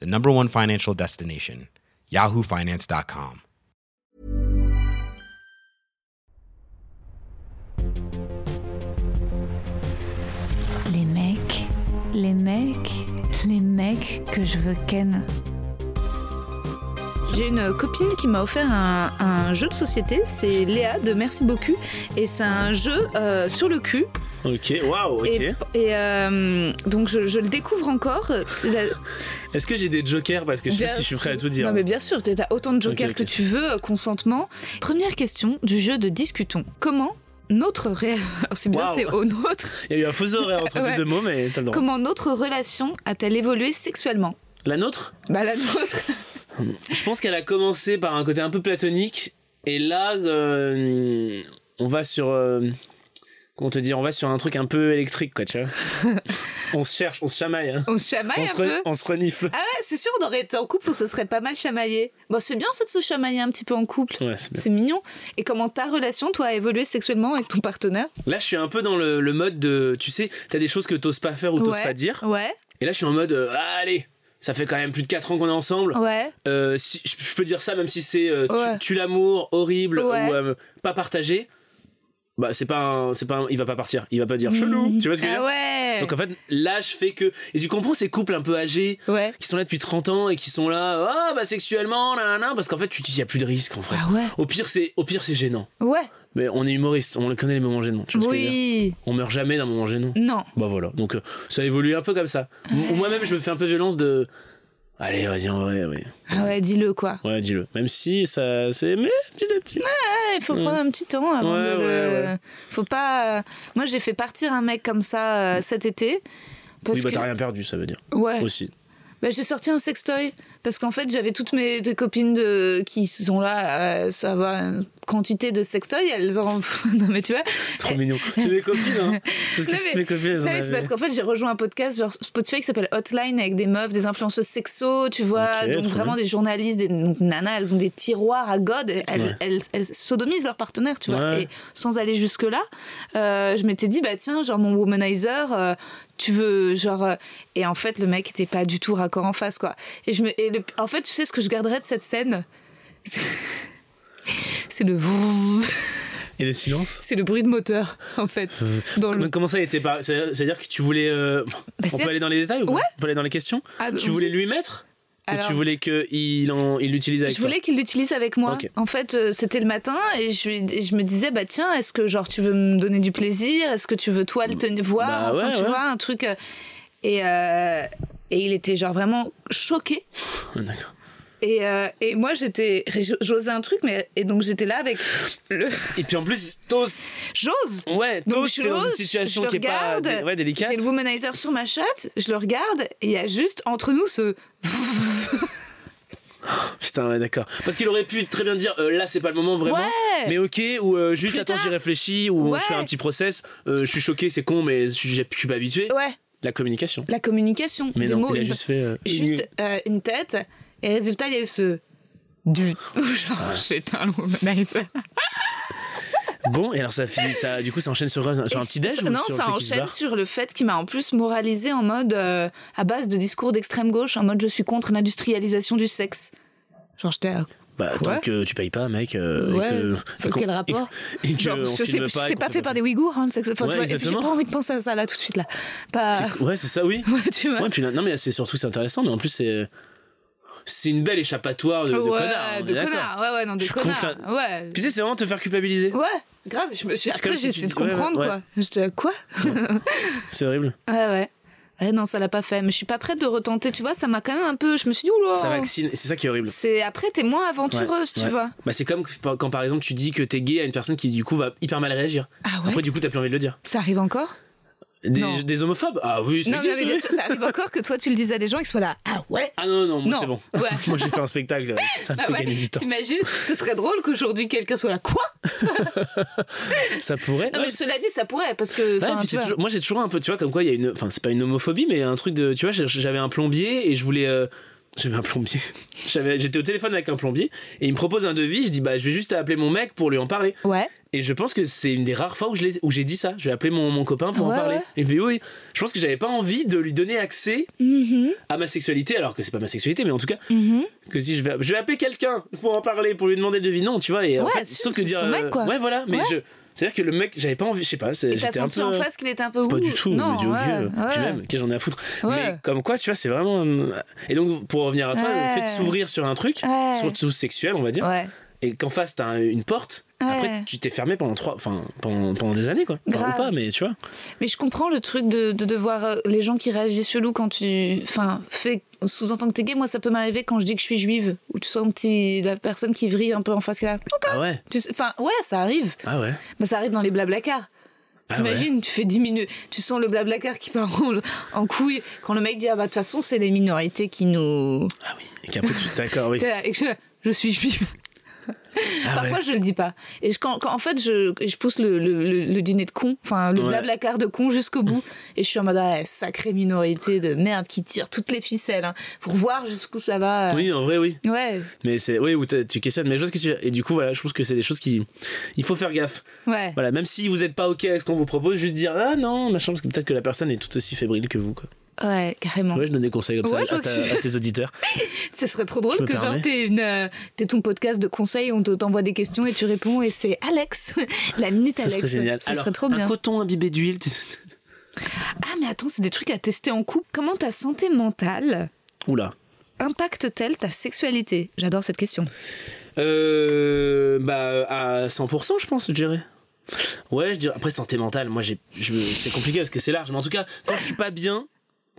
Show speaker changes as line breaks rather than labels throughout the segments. the number one financial destination, yahoofinance.com.
Les mecs, les mecs, les mecs que je veux ken.
J'ai une copine qui m'a offert un, un jeu de société, c'est Léa de Merci beaucoup, et c'est un jeu euh, sur le cul.
Ok, waouh, ok.
Et, et, euh, donc je, je le découvre encore. C'est la-
Est-ce que j'ai des jokers Parce que je sais
Bien
pas si je suis
sûr.
prêt à tout dire.
Non mais bien sûr, t'as autant de jokers
Ok, ok.
que tu veux, euh, consentement. Première question du jeu de discutons. Comment notre rêve, alors c'est bien,
Waouh.
c'est au nôtre.
Il y a eu un faux horaire entre
Ouais.
les deux mots, mais t'as le droit.
Comment notre relation a-t-elle évolué sexuellement
La nôtre
Bah la nôtre.
Je pense qu'elle a commencé par un côté un peu platonique, et là, euh, on va sur. euh, comment te dire On va sur un truc un peu électrique, quoi, tu vois. on se cherche, on se chamaille. hein.
On se chamaille
On, se
un
re-
peu.
on se renifle.
Ah ouais, c'est sûr, on aurait été en couple, on se serait pas mal chamaillé. Bon, c'est bien ça de se chamailler un petit peu en couple.
Ouais, c'est bien.
C'est mignon. Et comment ta relation, toi, a évolué sexuellement avec ton partenaire
Là, je suis un peu dans le, le mode de. Tu sais, t'as des choses que t'oses pas faire ou t'oses
Ouais.
pas dire.
Ouais,
Et là, je suis en mode. euh, Ah, allez Ça fait quand même plus de 4 ans qu'on est ensemble.
ouais.
Euh, si, je, je peux dire ça même si c'est euh, tu-
Ouais.
tu, l'amour horrible
Ouais.
ou euh, pas partagé bah c'est pas un- c'est pas un- il va pas partir il va pas dire chelou tu vois ce que je veux
Ah
dire
ouais.
donc en fait l'âge fait que et tu comprends ces couples un peu âgés
Ouais.
qui sont là depuis 30 ans et qui sont là ah bah sexuellement là, là, là, parce qu'en fait tu te dis il y a plus de risque en vrai
Ah ouais.
au pire c'est au pire c'est gênant
Ouais.
mais on est humoriste on le connaît les moments gênants tu vois ce que je veux dire
Oui.
on meurt jamais d'un moment gênant
Non.
bah voilà, donc euh, ça évolue un peu comme ça. M- Moi-même, je me fais un peu violence de. Allez, vas-y, en vrai, oui.
Ah ouais, dis-le quoi.
Ouais, dis-le. Même si ça, c'est mais petit à petit.
Ouais, il faut
Ouais.
prendre un petit temps avant
Mm. Ouais,
de le.
ouais,
Faut pas. euh, Moi, j'ai fait partir un mec comme ça euh, cet été. Parce
Mm. oui, bah
que...
t'as rien perdu, ça veut dire.
Ouais.
Aussi.
Bah, j'ai sorti un sextoy parce qu'en fait j'avais toutes mes deux copines de qui sont là, euh, ça va une quantité de sextoy, elles en non mais tu vois.
Trop mignon. C'est mes copines, hein. C'est parce que
Non,
toutes
mais-
mes copines, elles en
Ça, C'est
avaient.
parce qu'en fait j'ai rejoint un podcast genre Spotify qui s'appelle Hotline avec des meufs, des influenceuses sexo, tu vois,
Ok,
donc
trop
vraiment des journalistes, des donc, nanas, elles ont des tiroirs à god, et elles,
Ouais.
elles, elles sodomisent leurs partenaires, tu vois.
Ouais.
Et sans aller jusque là, je m'étais dit bah tiens genre mon womanizer, euh, tu veux genre euh, et en fait le mec était pas du tout raccord en face quoi. Et je me et le- en fait tu sais ce que je garderais de cette scène. C'est- C'est le vroom.
Et les silences
c'est le bruit de moteur en fait dans le
Euh, Comment- Comment ça, il était pas. C'est- C'est-à-dire que tu voulais. euh,
Bah,
On
c'est-
peut aller dans les détails ou pas
Ouais.
On peut aller dans les questions
Ah,
Tu
vas-y.
voulais lui mettre
Alors,
Ou tu voulais qu'il en... il l'utilise avec
je voulais qu'il l'utilise avec moi.
Ok.
En fait, euh, c'était le matin et je, lui- et je me disais, bah tiens, est-ce que genre tu veux me donner du plaisir Est-ce que tu veux toi le tenir voir
Bah
ensemble,
ouais,
tu
ouais.
vois, un truc. euh, Et, euh, et il était genre vraiment choqué.
toi Ah, D'accord.
Et, euh, et moi j'étais, j'osais un truc, mais et donc j'étais là avec le
Et puis en plus, Tos.
j'ose.
Ouais,
Donc,
Tos,
je
t'es dans une
l'ose,
situation
je le
qui est pas
regarde,
dé- ouais, délicate.
J'ai le womanizer sur ma chatte, je le regarde et il y a juste entre nous ce.
Putain, ouais, d'accord. Parce qu'il aurait pu très bien dire euh, là, c'est pas le moment vraiment.
Ouais.
Mais ok, ou euh, juste
Plus
attends,
tard.
j'y réfléchis, ou
Ouais.
je fais un petit process. euh, je suis choqué, c'est con, mais je suis je suis pas habitué.
Ouais,
La communication.
la communication.
Mais
des
non,
mots,
il a
une-
juste fait. euh,
juste euh, une tête. Et résultat, il y a eu ce. Du. J'éteins le womanizer.
Bon, et alors ça finit, ça, du coup, ça enchaîne sur, un- sur un
Et
petit déj
ça-
ou
Non,
sur
ça
le fait qu'il se
enchaîne
barre
sur le fait qu'il m'a en plus moralisé en mode. euh, à base de discours d'extrême gauche, en mode je suis contre l'industrialisation du sexe. Genre, j'étais. euh, à-
Bah,
Ouais.
tant que tu payes pas, mec. euh, et
Ouais,
que- et qu'on-
Quel rapport
Et, et que
Genre, je
on
sais
filme
pas,
pas.
c'est
et qu'on
pas fait
fait
par des Ouïghours, hein, le sexe. Enfin,
Ouais,
tu vois, et puis j'ai
exactement.
pas envie de penser à ça là tout de suite là. Pas.
C'est- Ouais, c'est ça, oui.
Ouais, tu vois.
Ouais, puis là- non, mais c'est surtout, c'est intéressant, mais en plus, c'est. c'est une belle échappatoire de, de
ouais,
connard. on
de
est d'accord.
connard. Oh. Ouais, ouais, non, de
Je
connard.
comprends
Ouais.
Puis tu sais, c'est vraiment te faire culpabiliser.
Ouais, grave. Je me... je-
comme
Après,
si tu
j'essaie de
dis- ouais,
comprendre,
ouais.
quoi. J'étais, quoi
C'est horrible.
Ouais, ouais. Ouais, non, ça l'a pas fait. Mais je suis pas prête de retenter, tu vois. Ça m'a quand même un peu. Je me suis dit, oula.
Ça vaccine, c'est ça qui est horrible.
C'est après, t'es moins aventureuse, tu
ouais.
vois.
Bah, c'est comme que- quand par exemple tu dis que t'es gay à une personne qui du coup va hyper mal réagir.
Ah ouais
Après, du coup, t'as plus envie de le dire.
Ça arrive encore Non.
Des, des homophobes Ah oui, ça
Non, mais,
existe,
mais
oui.
bien sûr, ça arrive encore que toi, tu le dises à des gens et que soient là. Ah ouais
Ah non, non, non, moi,
Non.
c'est bon.
Ouais.
Moi, j'ai fait un spectacle, ça me
Ah
fait
ouais,
gagner du temps.
T'imagines Ce serait drôle qu'aujourd'hui quelqu'un soit là. Quoi
Ça pourrait.
Non, mais cela dit, ça pourrait, parce que.
Ouais,
enfin,
puis
tu
c'est
vois.
toujours- moi j'ai toujours un peu, tu vois, comme quoi il y a une. Enfin, c'est pas une homophobie, mais un truc de. Tu vois, j'ai- j'avais un plombier et je voulais. euh, J'avais un plombier. J'avais- J'étais au téléphone avec un plombier et il me propose un devis. Je dis, bah, je vais juste appeler mon mec pour lui en parler.
Ouais.
Et je pense que c'est une des rares fois où je l'ai- où j'ai dit ça. Je vais appeler mon, mon copain pour
Ouais,
en parler.
ouais.
Et il me dit, oui, oui. Je pense que j'avais pas envie de lui donner accès
Mhm,
à ma sexualité, alors que c'est pas ma sexualité, mais en tout cas,
mhm.
que si je vais, je vais appeler quelqu'un pour en parler, pour lui demander le devis. Non, tu vois. Et en
Ouais,
fait,
sûr,
sauf que
c'est
dire. euh,
ton mec, quoi.
ouais, voilà. Mais
Ouais.
je. C'est-à-dire que le mec, j'avais pas envie, je sais pas.
Et
c'est-
t'as
j'étais un
senti
peu-
en face qu'il était un peu
pas
ouh,
du tout,
non,
mais du
ouais,
gueule. Puis
ouais.
même, que j'en ai à foutre.
Ouais.
Mais comme quoi, tu vois, c'est vraiment. euh, Et donc, pour revenir à toi,
Ouais.
le fait de s'ouvrir sur un truc,
Ouais.
surtout sexuel, on va dire,
Ouais.
et qu'en face, t'as un- une porte,
Ouais.
après, tu t'es fermé pendant trois. Enfin, pendant, pendant des années, quoi. Enfin,
Grave.
ou pas, mais tu vois.
Mais je comprends le truc de, de, de voir euh, les gens qui réagissent chelou quand tu. Enfin, fais sous-entend que t'es gay. Moi, ça peut m'arriver quand je dis que je suis juive. Ou tu sens un petit, la personne qui vrille un peu en face. qu'elle a-
Ah ouais,
Tu sais- Enfin, ouais, ça arrive.
ah ouais.
Bah, ça arrive dans les blablacars.
Ah
T'imagines, tu fais 10 minutes, tu sens le blablacar qui part en, en couille quand le mec dit Ah bah de toute façon, c'est les minorités qui nous.
ouais. Ah oui. Et qu'après, tu d'accord, oui.
T'es là, Et que je, je suis juive.
Ah ouais.
Parfois, je le dis pas. Et je, quand, quand- en fait, je, je pousse le, le- le- le dîner de con, enfin, le
Ouais.
blablacar de con jusqu'au bout. Et je suis en mode, ah, sacrée minorité de merde qui tire toutes les ficelles hein, pour voir jusqu'où ça va.
Oui, en vrai, oui.
Ouais,
Mais c'est. Oui, où t'as- tu questionnes, mais choses que tu. Et du coup, voilà, je pense que c'est des choses qui. Il faut faire gaffe.
ouais.
Voilà, même si vous n'êtes pas OK avec ce qu'on vous propose, juste dire Ah non, machin, parce que peut-être que la personne est tout aussi fébrile que vous, quoi.
Ouais, carrément.
Ouais, je donne des conseils comme
Ouais, je
ça à,
vois que
ta-
tu-
à tes auditeurs.
Ce serait trop
Je
drôle
me
que genre
permets.
t'aies une, euh, t'aies ton podcast de conseils, on te- t'envoie des questions et tu réponds et c'est Alex, la minute
Ça
Alex.
serait génial.
Ça
Alors,
serait trop bien.
Un coton imbibé d'huile. tu-
Ah mais attends, c'est des trucs à tester en couple. Comment ta santé mentale
Oula.
impacte-t-elle ta sexualité J'adore cette question.
Euh, bah, à 100%, je pense, je dirais. Ouais, je dirais. Après, santé mentale, moi, j'ai, je, c'est compliqué parce que c'est large. Mais en tout cas, quand je suis pas bien,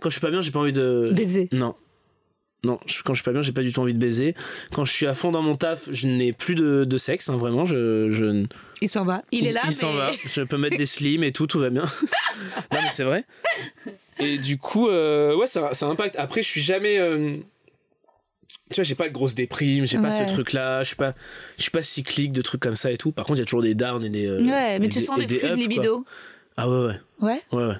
quand je suis pas bien, j'ai pas envie de.
Baiser.
Non. Non, je- quand je suis pas bien, j'ai pas du tout envie de baiser. Quand je suis à fond dans mon taf, je n'ai plus de, de sexe, hein, vraiment. Je, je, ne-
Il s'en va. Il, est là,
Il
mais...
s'en va. Je peux mettre des slims et tout, tout va bien. non, mais c'est vrai. Et du coup, euh, ouais, ça, ça impacte. Après, je suis jamais. euh, tu vois, j'ai pas de grosse déprime, j'ai pas
Ouais.
ce truc-là, je suis pas, je suis pas cyclique de trucs comme ça et tout. Par contre, il y a toujours des downs et des. euh,
Ouais, mais
et
tu
des-
sens
et
des, flux
ups,
de
quoi.
libido.
Ah ouais, ouais,
Ouais.
ouais, ouais.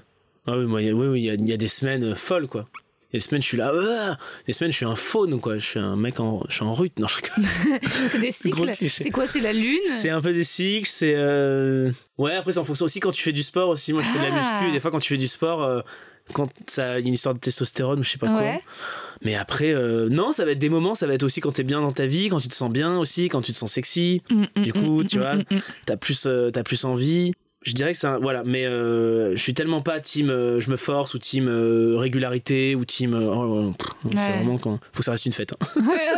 Ah oui, moi, il y a- oui, oui, il y a, il y a des semaines euh, folles, quoi. Des semaines, je suis là. Ah des semaines, je suis un faune, quoi. Je suis un mec en, je suis en rut. Non, je rigole.
C'est des
Gros
cycles.
cliché.
C'est quoi C'est la lune
C'est un peu des cycles, c'est. euh, Ouais, après, c'est en fonction aussi quand tu fais du sport aussi. Moi, je fais de la
Ah.
muscu, et des fois, quand tu fais du sport, euh, quand ça, il y a une histoire de testostérone ou je sais pas
Ouais.
quoi. Mais après, euh, non, ça va être des moments, ça va être aussi quand t'es bien dans ta vie, quand tu te sens bien aussi, quand tu te sens sexy. Du coup,
Mm,
tu vois, t'as plus, euh, t'as plus envie. Je dirais que c'est un- Voilà, mais euh, je suis tellement pas team euh, je me force ou team euh, régularité ou team. euh, oh, oh, pff,
Ouais.
C'est vraiment quand. Faut que ça reste une fête. hein.
mm. Ouais,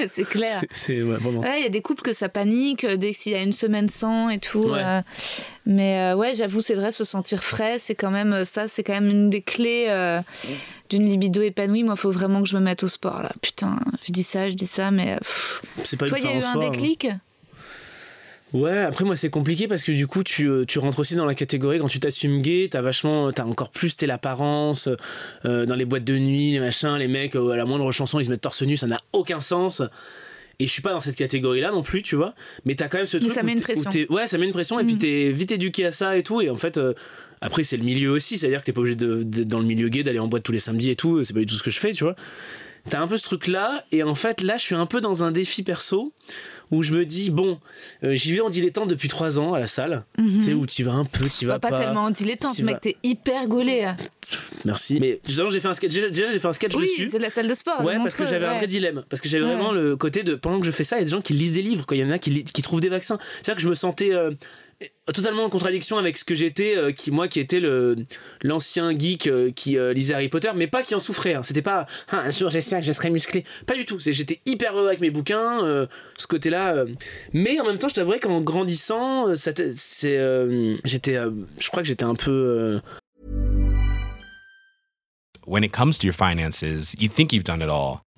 ouais, c'est clair.
c'est ouais, vraiment.
Ouais, il y a des couples que ça panique euh, dès qu'il y a une semaine sans et tout.
Ouais.
euh, mais euh, ouais, j'avoue, c'est vrai, se sentir frais, c'est quand même euh, ça, c'est quand même une des clés euh, d'une libido épanouie. Moi, faut vraiment que je me mette au sport là. Putain, je dis ça, je dis ça, mais euh, pff.
C'est pas
toi,
une
il y a
fin
eu
en
un
soi, hein.
déclic.
Ouais, après moi c'est compliqué parce que du coup tu, euh, tu rentres aussi dans la catégorie quand tu t'assumes gay, t'as vachement, euh, t'as encore plus telle apparence euh, dans les boîtes de nuit, les machins, les mecs euh, à la moindre chanson ils se mettent torse nu, ça n'a aucun sens. Et je suis pas dans cette catégorie là non plus, tu vois. Mais t'as quand même ce truc.
ça
où
met une
t'es- où
pression. Mm.
t'es- Ouais, ça met une pression et puis t'es vite éduqué à ça et tout. Et en fait, euh, après c'est le milieu aussi, c'est-à-dire que t'es pas obligé de- d'être dans le milieu gay, d'aller en boîte tous les samedis et tout. C'est pas du tout ce que je fais, tu vois. T'as un peu ce truc là et en fait là je suis un peu dans un défi perso où je me dis bon euh, j'y vais en dilettant depuis trois ans à la salle tu sais où tu vas un peu tu vas
Mhm. Bah, Pas,
pas,
pas tellement en dilettante,
tu
mec,
vas-
t'es hyper gaulé. hein.
merci mais justement, j'ai fait un sketch déjà déjà, j'ai fait un sketch
Oui,
dessus
c'est de la salle de sport.
Ouais, parce que
Montreux,
j'avais un
ouais.
vrai dilemme. Parce que j'avais
Ouais.
vraiment le côté de pendant que je fais ça, il y a des gens qui lisent des livres. quoi. Il y en a qui, li- qui trouvent des vaccins. C'est-à-dire que je me sentais euh, totalement en contradiction avec ce que j'étais, euh, qui moi qui était le l'ancien geek euh, qui euh, lisait Harry Potter, mais pas qui en souffrait. hein. C'était pas Ah, un jour j'espère que je serai musclé. Pas du tout. C'est j'étais hyper heureux avec mes bouquins, euh, ce côté-là. euh. Mais en même temps, je t'avouerais qu'en grandissant, euh, ça t'a- c'est euh, j'étais, euh, je crois que j'étais un peu euh,
When it comes to your finances, you think you've done it all.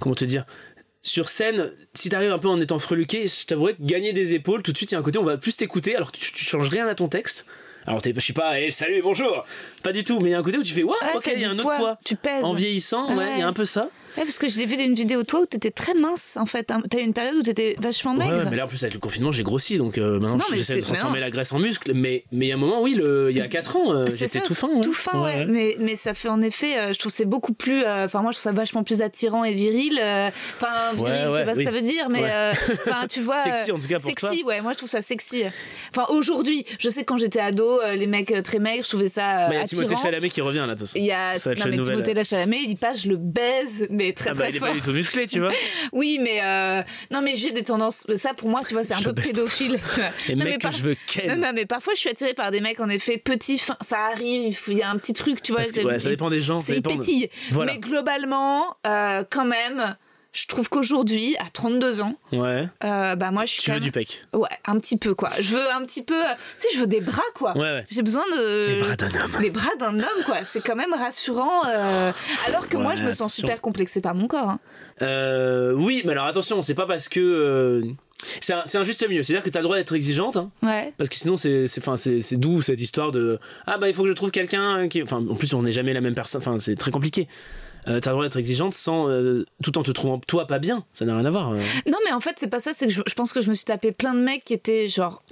comment te dire sur scène, si t'arrives un peu en étant freluqué, je t'avouerais que gagner des épaules, tout de suite, il y a un côté, on va plus t'écouter, alors que tu, tu changes rien à ton texte. Alors, t'es- je suis pas, eh, salut, bonjour, pas du tout, mais il y a un côté où tu fais, ouais,
Ouais,
ok,
t'as
il y a
du
un autre
poids,
poids.
Tu pèses.
En vieillissant, ouais, il y
Ouais.
a un peu ça.
Ouais, parce que je l'ai vu dans une vidéo, toi, où t'étais très mince, en fait. hein. T'as eu une période où t'étais vachement
Ouais,
maigre.
mais là, en plus, avec le confinement, j'ai grossi, donc euh, maintenant,
Non, mais
j'essaie
c'est-
de transformer
mais non.
la graisse en muscle. Mais mais il y a un moment, oui, le, il y a 4 ans, euh,
C'est ça,
j'étais tout fin. ouais.
Tout fin, ouais. Euh, Mais, mais ça fait en effet, euh, je trouve que c'est beaucoup plus. euh, Enfin, moi, je trouve ça vachement plus attirant et viril. euh, Enfin, viril,
Ouais,
je sais
ouais,
pas ce
oui.
que ça veut dire, mais
Ouais.
euh, enfin, tu vois.
Sexy,
euh,
en tout cas, pour
Sexy, ouais, moi, je trouve ça sexy. Enfin, aujourd'hui, je sais que quand j'étais ado, euh, les mecs euh, très maigres, je trouvais ça euh,
Bah, il y a Timothée
attirant.
Chalamet qui revient, là, de toute façon.
Il y a
Ça va être
non,
la
mais
nouvelle-
Timothée là, Chalamet, il dit pas je le baise, mais très
Ah bah,
très
il est
fort.
pas du tout musclé, tu vois.
Oui, mais euh, non, mais j'ai des tendances. Ça, pour moi, tu vois, c'est un
Je
peu
le baise.
pédophile. tu vois.
Les
Non,
mecs
mais
que
par-
je veux
non,
ken.
non, mais parfois je suis attirée par des mecs en effet petits, fins. Ça arrive, il faut- il y a un petit truc, tu vois.
Parce que,
je-
ouais, ça dépend des gens, ça
C'est ils
dépend. de-
pétillent.
Voilà.
Mais globalement, euh, quand même, je trouve qu'aujourd'hui, à 32 ans,
Ouais.
euh, bah moi je suis.
Tu
quand
veux du
même-
pec.
Ouais, un petit peu quoi. Je veux un petit peu. euh, Tu sais, je veux des bras quoi.
Ouais, ouais.
J'ai besoin de.
Les bras d'un homme.
Les bras d'un homme, quoi. C'est quand même rassurant. euh, Alors que moi,
Ouais,
je me sens
attention.
super complexée par mon corps. hein.
Euh, oui, mais alors attention, c'est pas parce que. euh, c'est un, c'est un juste milieu. C'est-à-dire que t'as le droit d'être exigeante, hein,
Ouais.
parce que sinon, c'est c'est- enfin, c'est- c'est doux cette histoire de. Ah bah, il faut que je trouve quelqu'un qui. Enfin, en plus, on n'est jamais la même personne. Enfin, c'est très compliqué. Euh, t'as le droit d'être exigeante sans. euh, tout en te trouvant toi pas bien. Ça n'a rien à voir. euh.
Non, mais en fait, c'est pas ça. C'est que je, je pense que je me suis tapé plein de mecs qui étaient genre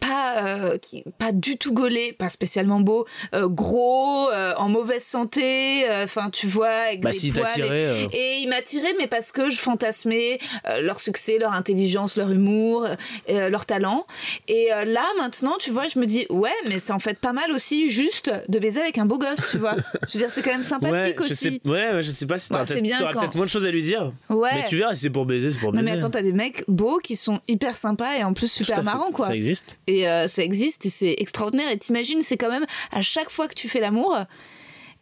pas euh, qui, pas du tout gaulés, pas spécialement beaux, euh, gros, euh, en mauvaise santé. euh, Enfin, tu vois, avec
Bah,
des
si
poils. et-
t'attirais. euh,
Et ils m'attiraient, mais parce que je fantasmais euh, leur succès, leur intelligence, leur humour, euh, leur talent. Et euh, là, maintenant, tu vois, je me dis, ouais, mais c'est en fait pas mal aussi juste de baiser avec un beau gosse, tu vois. je veux dire, c'est quand même sympathique
ouais, je
aussi.
sais, ouais, ouais, je sais pas si t'auras
Bon, c'est
peut-être
bien
t'auras
quand-
peut-être moins de choses à lui dire.
Ouais.
Mais tu verras, si c'est pour baiser, c'est pour
non,
baiser.
mais attends, t'as des mecs beaux qui sont hyper sympas et en plus
Tout à
super
fait.
marrants, quoi.
Ça existe.
Et euh, ça existe et c'est extraordinaire. Et t'imagines, c'est quand même à chaque fois que tu fais l'amour.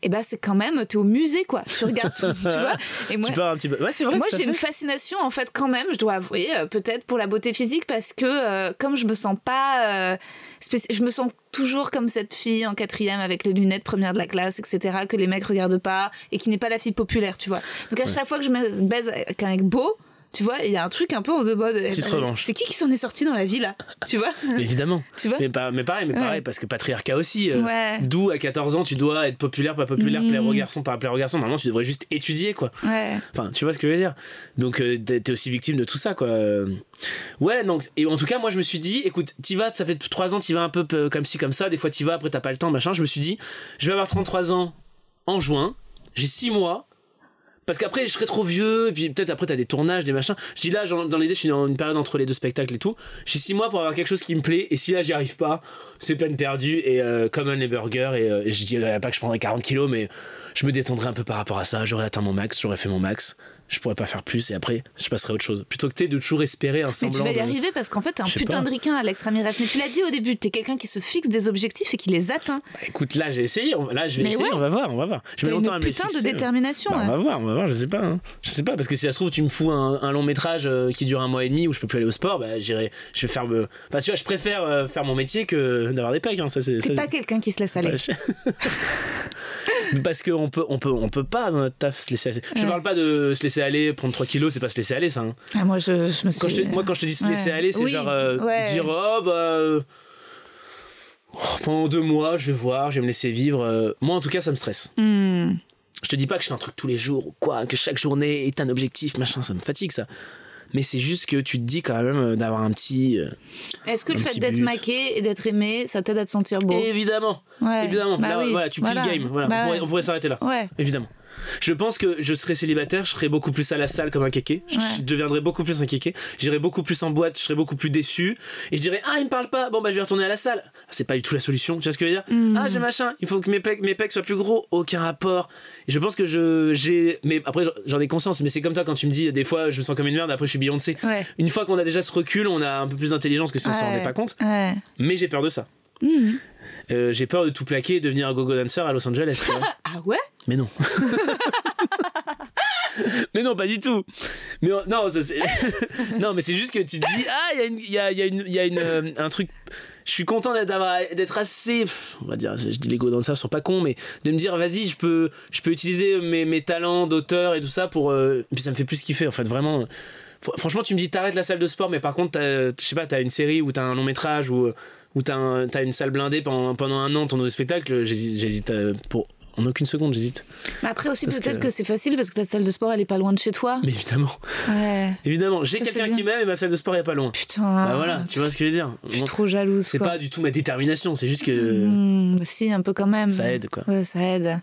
Et ben c'est quand même, t'es au musée quoi. Tu regardes, son- tu vois. Et moi,
Tu pars un petit peu. Ouais, c'est vrai.
Moi,
tout à
j'ai
fait.
une fascination, en fait, quand même, je dois avouer, euh, peut-être pour la beauté physique, parce que euh, comme je me sens pas. euh, spéci- je me sens toujours comme cette fille en quatrième avec les lunettes première de la classe, etc., que les mecs regardent pas et qui n'est pas la fille populaire, tu vois. Donc, à chaque fois que je me baise avec un mec beau, tu vois, il y a un truc un peu en deux modes.
Petite
Euh,
revanche.
C'est qui qui s'en est sorti dans la vie, là Tu vois
Mais Évidemment.
Tu vois
Mais, pas- mais pareil, mais
Ouais.
pareil, parce que patriarcat aussi. euh,
Ouais,
D'où à 14 ans, tu dois être populaire, pas populaire,
Mm.
plaire aux garçons, pas plaire aux garçons. Normalement, tu devrais juste étudier, quoi.
ouais.
Enfin, tu vois ce que je veux dire. Donc, euh, t'es t'es aussi victime de tout ça, quoi. Euh, Ouais, donc, et en tout cas, moi, je me suis dit, écoute, t'y vas, ça fait 3 ans, t'y vas un peu peu comme ci, comme ça. Des fois, t'y vas, après, t'as pas le temps, machin. Je me suis dit, je vais avoir 33 ans en juin, j'ai 6 mois. Parce qu'après, je serai trop vieux, et puis peut-être après, t'as des tournages, des machins. Je dis là, genre, dans l'idée, je suis dans une période entre les deux spectacles et tout. J'ai 6 mois pour avoir quelque chose qui me plaît, et si là, j'y arrive pas, c'est peine perdue, et euh, comme un les burgers, et, euh, et je dis euh, pas que je prendrai 40 kilos, mais je me détendrai un peu par rapport à ça, j'aurais atteint mon max, j'aurais fait mon max, je pourrais pas faire plus, et après, je passerai à autre chose. Plutôt que t'es de toujours espérer un
Mais tu
semblant.
vas y
de-
arriver parce qu'en fait, t'es un
Je sais
putain
pas.
de ricain, Alex Ramirez. Mais tu l'as dit au début, t'es quelqu'un qui se fixe des objectifs et qui les atteint.
Bah, écoute, là, j'ai essayé, on- là, je vais
Mais
essayer,
ouais.
on va voir, on va voir. Je
T'as
mets
une
longtemps à me les
putain de
fixer.
détermination.
Bah,
ouais.
on va voir, on va voir, je sais pas. hein. Je sais pas, parce que si ça se trouve, tu me fous un, un long métrage euh, qui dure un mois et demi où je peux plus aller au sport, bah j'irai, je vais faire me. Enfin, tu vois, je préfère euh, faire mon métier que d'avoir des pecs, hein, ça c'est.
T'es
ça,
pas quelqu'un qui se laisse aller.
c'est- Parce qu'on peut, on peut, on peut pas dans notre taf se laisser aller. Je te
Ouais.
parle pas de se laisser aller, prendre 3 kilos, c'est pas se laisser aller ça. hein.
Ah, moi, je, je me suis. euh,
Quand je te- moi, quand je te dis se
Ouais.
laisser aller, c'est
Oui,
genre euh,
ouais.
dire oh bah euh, oh, pendant deux mois, je vais voir, je vais me laisser vivre. euh. Moi, en tout cas, ça me stresse.
Hmm.
Je te dis pas que je fais un truc tous les jours ou quoi, que chaque journée est un objectif, machin, ça me fatigue ça. mais c'est juste que tu te dis quand même euh, d'avoir un petit. euh,
Est-ce que
Un
le fait
petit
d'être
but.
maqué et d'être aimé, ça t'aide à te sentir beau
Évidemment,
Ouais.
évidemment.
Bah
Là,
oui.
voilà, tu plies le game. Voilà,
Bah
on pourrait-
ouais.
on pourrait s'arrêter là.
Ouais.
Évidemment. Je pense que je serais célibataire, je serais beaucoup plus à la salle comme un kéké. Je,
Ouais.
je deviendrais beaucoup plus un kéké. J'irais beaucoup plus en boîte, je serais beaucoup plus déçu. Et je dirais, ah, il me parle pas, bon, bah, je vais retourner à la salle. C'est pas du tout la solution, tu vois ce que je veux dire
Mm.
Ah, j'ai machin, il faut que mes pecs, mes pecs soient plus gros, aucun rapport. Et je pense que je, j'ai. Mais après, j'en- j'en ai conscience, mais c'est comme toi quand tu me dis, des fois, je me sens comme une merde, après, je suis Beyoncé.
Ouais.
Une fois qu'on a déjà ce recul, on a un peu plus d'intelligence que si on s'en
Ouais.
rendait pas compte.
Ouais.
Mais j'ai peur de ça.
Mhm.
Euh, j'ai peur de tout plaquer et devenir un go-go dancer à Los Angeles, tu vois.
Ah ouais
Mais non. mais non, pas du tout. Mais on- non, ça, c'est- non, mais c'est juste que tu te dis ah, il y a, une- il y a- il y a, une- il y a une, euh, un truc. Je suis content d'être- d'avoir- d'être assez, pff, on va dire, je dis les go danseurs sont pas cons, mais de me dire vas-y, je peux, je peux utiliser mes, mes talents d'auteur et tout ça pour. euh, et puis ça me fait plus kiffer en fait, vraiment. Fr- Franchement, tu me dis t'arrêtes la salle de sport, mais par contre, t'as- je sais pas, t'as une série ou t'as un long métrage ou euh, ou t'as un- t'as une salle blindée pendant, pendant un an, ton nouveau spectacle, j'hésite j'hésite, euh, pour en aucune seconde, j'hésite.
Mais Bah Après aussi,
Parce
peut-être
que-
que, c'est facile parce que ta salle de sport, elle est pas loin de chez toi.
Mais évidemment,
Ouais.
évidemment, j'ai
Ça, c'est
quelqu'un
bien.
qui m'aime et ma salle de sport est pas loin.
Putain.
bah voilà, tu vois ce que je veux dire.
Je suis
Bon,
trop jalouse.
c'est
quoi.
pas du tout ma détermination, c'est juste que
Mhm, Si, un peu quand même.
ça aide quoi.
Ouais, ça aide.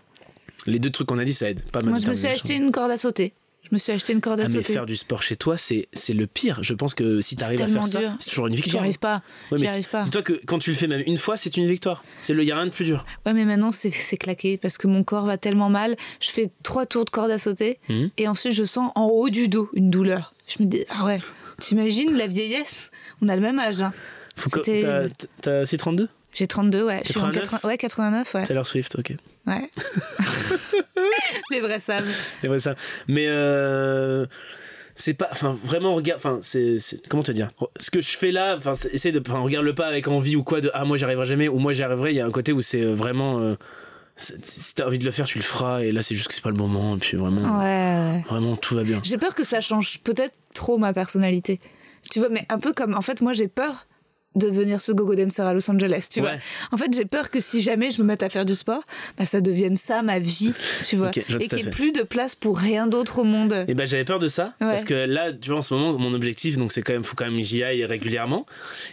Les deux trucs qu'on a dit, ça aide. Pas ma
Moi, je me suis
détermination.
acheté une corde à sauter. Je me suis acheté une corde à
Ah, mais
sauter.
faire du sport chez toi, c'est c'est le pire. Je pense que si t'arrives à
tellement
faire ça,
dur.
c'est toujours une
J'y
victoire.
arrive pas.
Ouais,
J'y
mais
arrive pas.
Dis-toi que quand tu le fais même une fois, c'est une victoire. C'est le y a rien de plus dur.
Ouais, mais maintenant, c'est- c'est claqué parce que mon corps va tellement mal. Je fais trois tours de corde à sauter
Mhm.
et ensuite, je sens en haut du dos une douleur. Je me dis, ah ouais, t'imagines la vieillesse On a le même âge. hein.
Faut que-
C'était-
t'as- T'as c'est 32
J'ai 32, ouais. Je suis en
89?
80 ouais, 89, ouais.
Taylor Swift, ok.
ouais. Les vrais savent.
C'est vrai ça. Mais euh, c'est pas. Enfin, vraiment, regarde. Enfin, c'est. c'est- Comment te dire Ce que je fais là, enfin, c'est- essaye de. Enfin, regarde le pas avec envie ou quoi de. Ah, moi, j'y arriverai jamais ou moi, j'y arriverai. Il y a un côté où c'est euh, vraiment. euh, c'est- si t'as envie de le faire, tu le feras. Et là, c'est juste que c'est pas le moment. Et puis
Ouais,
vraiment.
ouais.
Vraiment, tout va bien.
J'ai peur que ça change peut-être trop ma personnalité. Tu vois, mais un peu comme. En fait, moi, j'ai peur de devenir ce gogo dancer à Los Angeles, tu vois.
Ouais.
En fait, j'ai peur que si jamais je me mette à faire du sport, bah, ça devienne ça, ma vie, tu vois.
Ok, je vois
Et
tout
qu'il
à
n'y
fait.
ait plus de place pour rien d'autre au monde.
Et ben j'avais peur de ça
Ouais.
parce que là tu vois en ce moment mon objectif donc c'est quand même faut quand même j'y aille régulièrement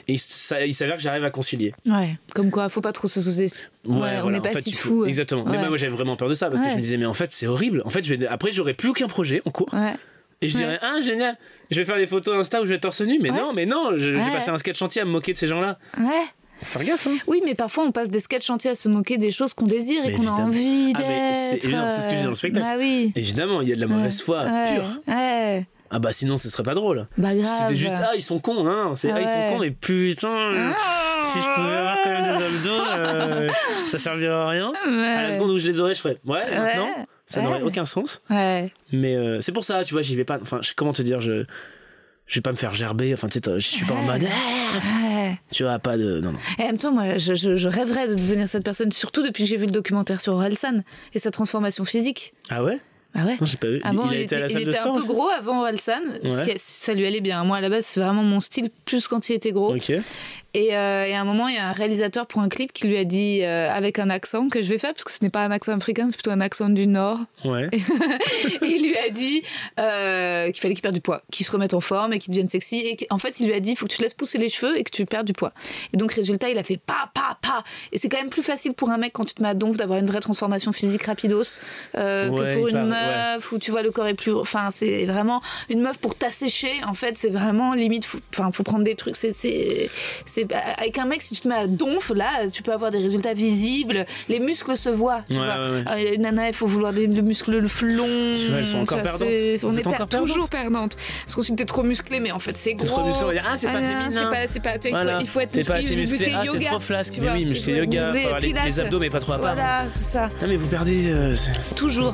et ça, il s'avère que j'arrive à concilier.
Ouais. Comme quoi, faut pas trop se sous-estimer. Ouais,
Ouais,
on
voilà,
n'est pas
en fait,
si
il
fou,
faut...
ouais.
Exactement. Mais
Ouais.
moi, j'avais vraiment peur de ça parce que
Ouais.
je me disais, mais en fait, c'est horrible. En fait, je vais... après, j'aurai plus aucun projet en cours.
Ouais.
Et je
Ouais.
dirais, ah, génial, je vais faire des photos Insta où je vais être torse nu. Mais
Ouais.
non, mais non, je- j'ai
Ouais.
passé un sketch entier à me moquer de ces gens-là.
Ouais.
Faut faire gaffe, hein.
Oui, mais parfois, on passe des sketchs entiers à se moquer des choses qu'on désire et
Mais
qu'on a
évidemment.
envie
Ah,
d'être.
mais c'est évident, c'est ce que je dis dans le spectacle.
Bah oui.
Évidemment, il y a de la mauvaise foi
ouais.
pure.
Ouais.
Ah bah sinon, ce serait pas drôle.
Bah
Si
grave.
C'était juste, ah, ils sont cons, hein. C'est, ah,
Ah
ils sont
ouais.
cons, mais putain, euh,
Ah.
si je pouvais avoir quand même des abdos, euh, ça servirait à rien.
Ouais.
À la seconde où je les aurais, je ferais, ouais, maintenant, ça
Ouais.
n'aurait aucun sens.
Ouais.
Mais euh, c'est pour ça, tu vois, j'y vais pas. Enfin, je- comment te dire, je. Je vais pas me faire gerber, enfin, tu sais, t'as- je suis pas en mode. Ah
Ouais.
Tu vois, pas de. Non, non.
Et en même temps, moi, je, je- je rêverais de devenir cette personne, surtout depuis que j'ai vu le documentaire sur Orelsan et sa transformation physique.
Ah ouais
Ah ouais
Non, j'ai pas vu.
Avant,
il,
il,
a été
était,
à la
il
salle de
était
sport
un peu
aussi
gros avant Orelsan, ce
Ouais.
qui- ça lui allait bien. Moi, à la base, c'est vraiment mon style, plus quand il était gros.
Ok.
Et, euh, et à un moment, il y a un réalisateur pour un clip qui lui a dit, euh, avec un accent que je vais faire, parce que ce n'est pas un accent africain, c'est plutôt un accent du Nord.
Ouais.
Et il lui a dit euh, qu'il fallait qu'il perde du poids, qu'il se remette en forme et qu'il devienne sexy. Et qu'en fait, il lui a dit faut que tu te laisses pousser les cheveux et que tu perds du poids. Et donc, résultat, il a fait pa, pa, pa. Et c'est quand même plus facile pour un mec quand tu te mets à donf d'avoir une vraie transformation physique rapidos euh,
Ouais,
que pour
il
une
paraît,
meuf où tu vois le corps est plus. Enfin, c'est vraiment une meuf pour t'assécher. En fait, c'est vraiment limite. faut- Enfin, faut prendre des trucs. C'est, c'est, c'est bah, avec un mec si tu te mets à donf là, tu peux avoir des résultats visibles. Les muscles se voient. tu
Ouais,
vois.
ouais, ouais.
Ah, et Nana, il faut vouloir des- le muscle, le flon.
Tu vois, elles sont encore
Ça,
perdantes.
c'est-
Vous
On est
êtes encore
per- toujours perdantes. Parce qu'on se dit t'es trop musclé, mais en fait c'est gros.
T'es trop musclé, on va dire, ah, c'est
Ah
pas
non,
féminin.
C'est pas, c'est pas, tu vois, il
Voilà.
faut- il faut être
T'es pas assez musclé. Ah, c'est
yoga.
trop flasque.
tu
Mais
vois,
oui, mais c'est
ouais,
yoga.
musclé,
faut avoir les,
pilates.
les abdos, mais pas trop à part.
Voilà, c'est ça,
Non, mais vous perdez. euh, c'est-
toujours.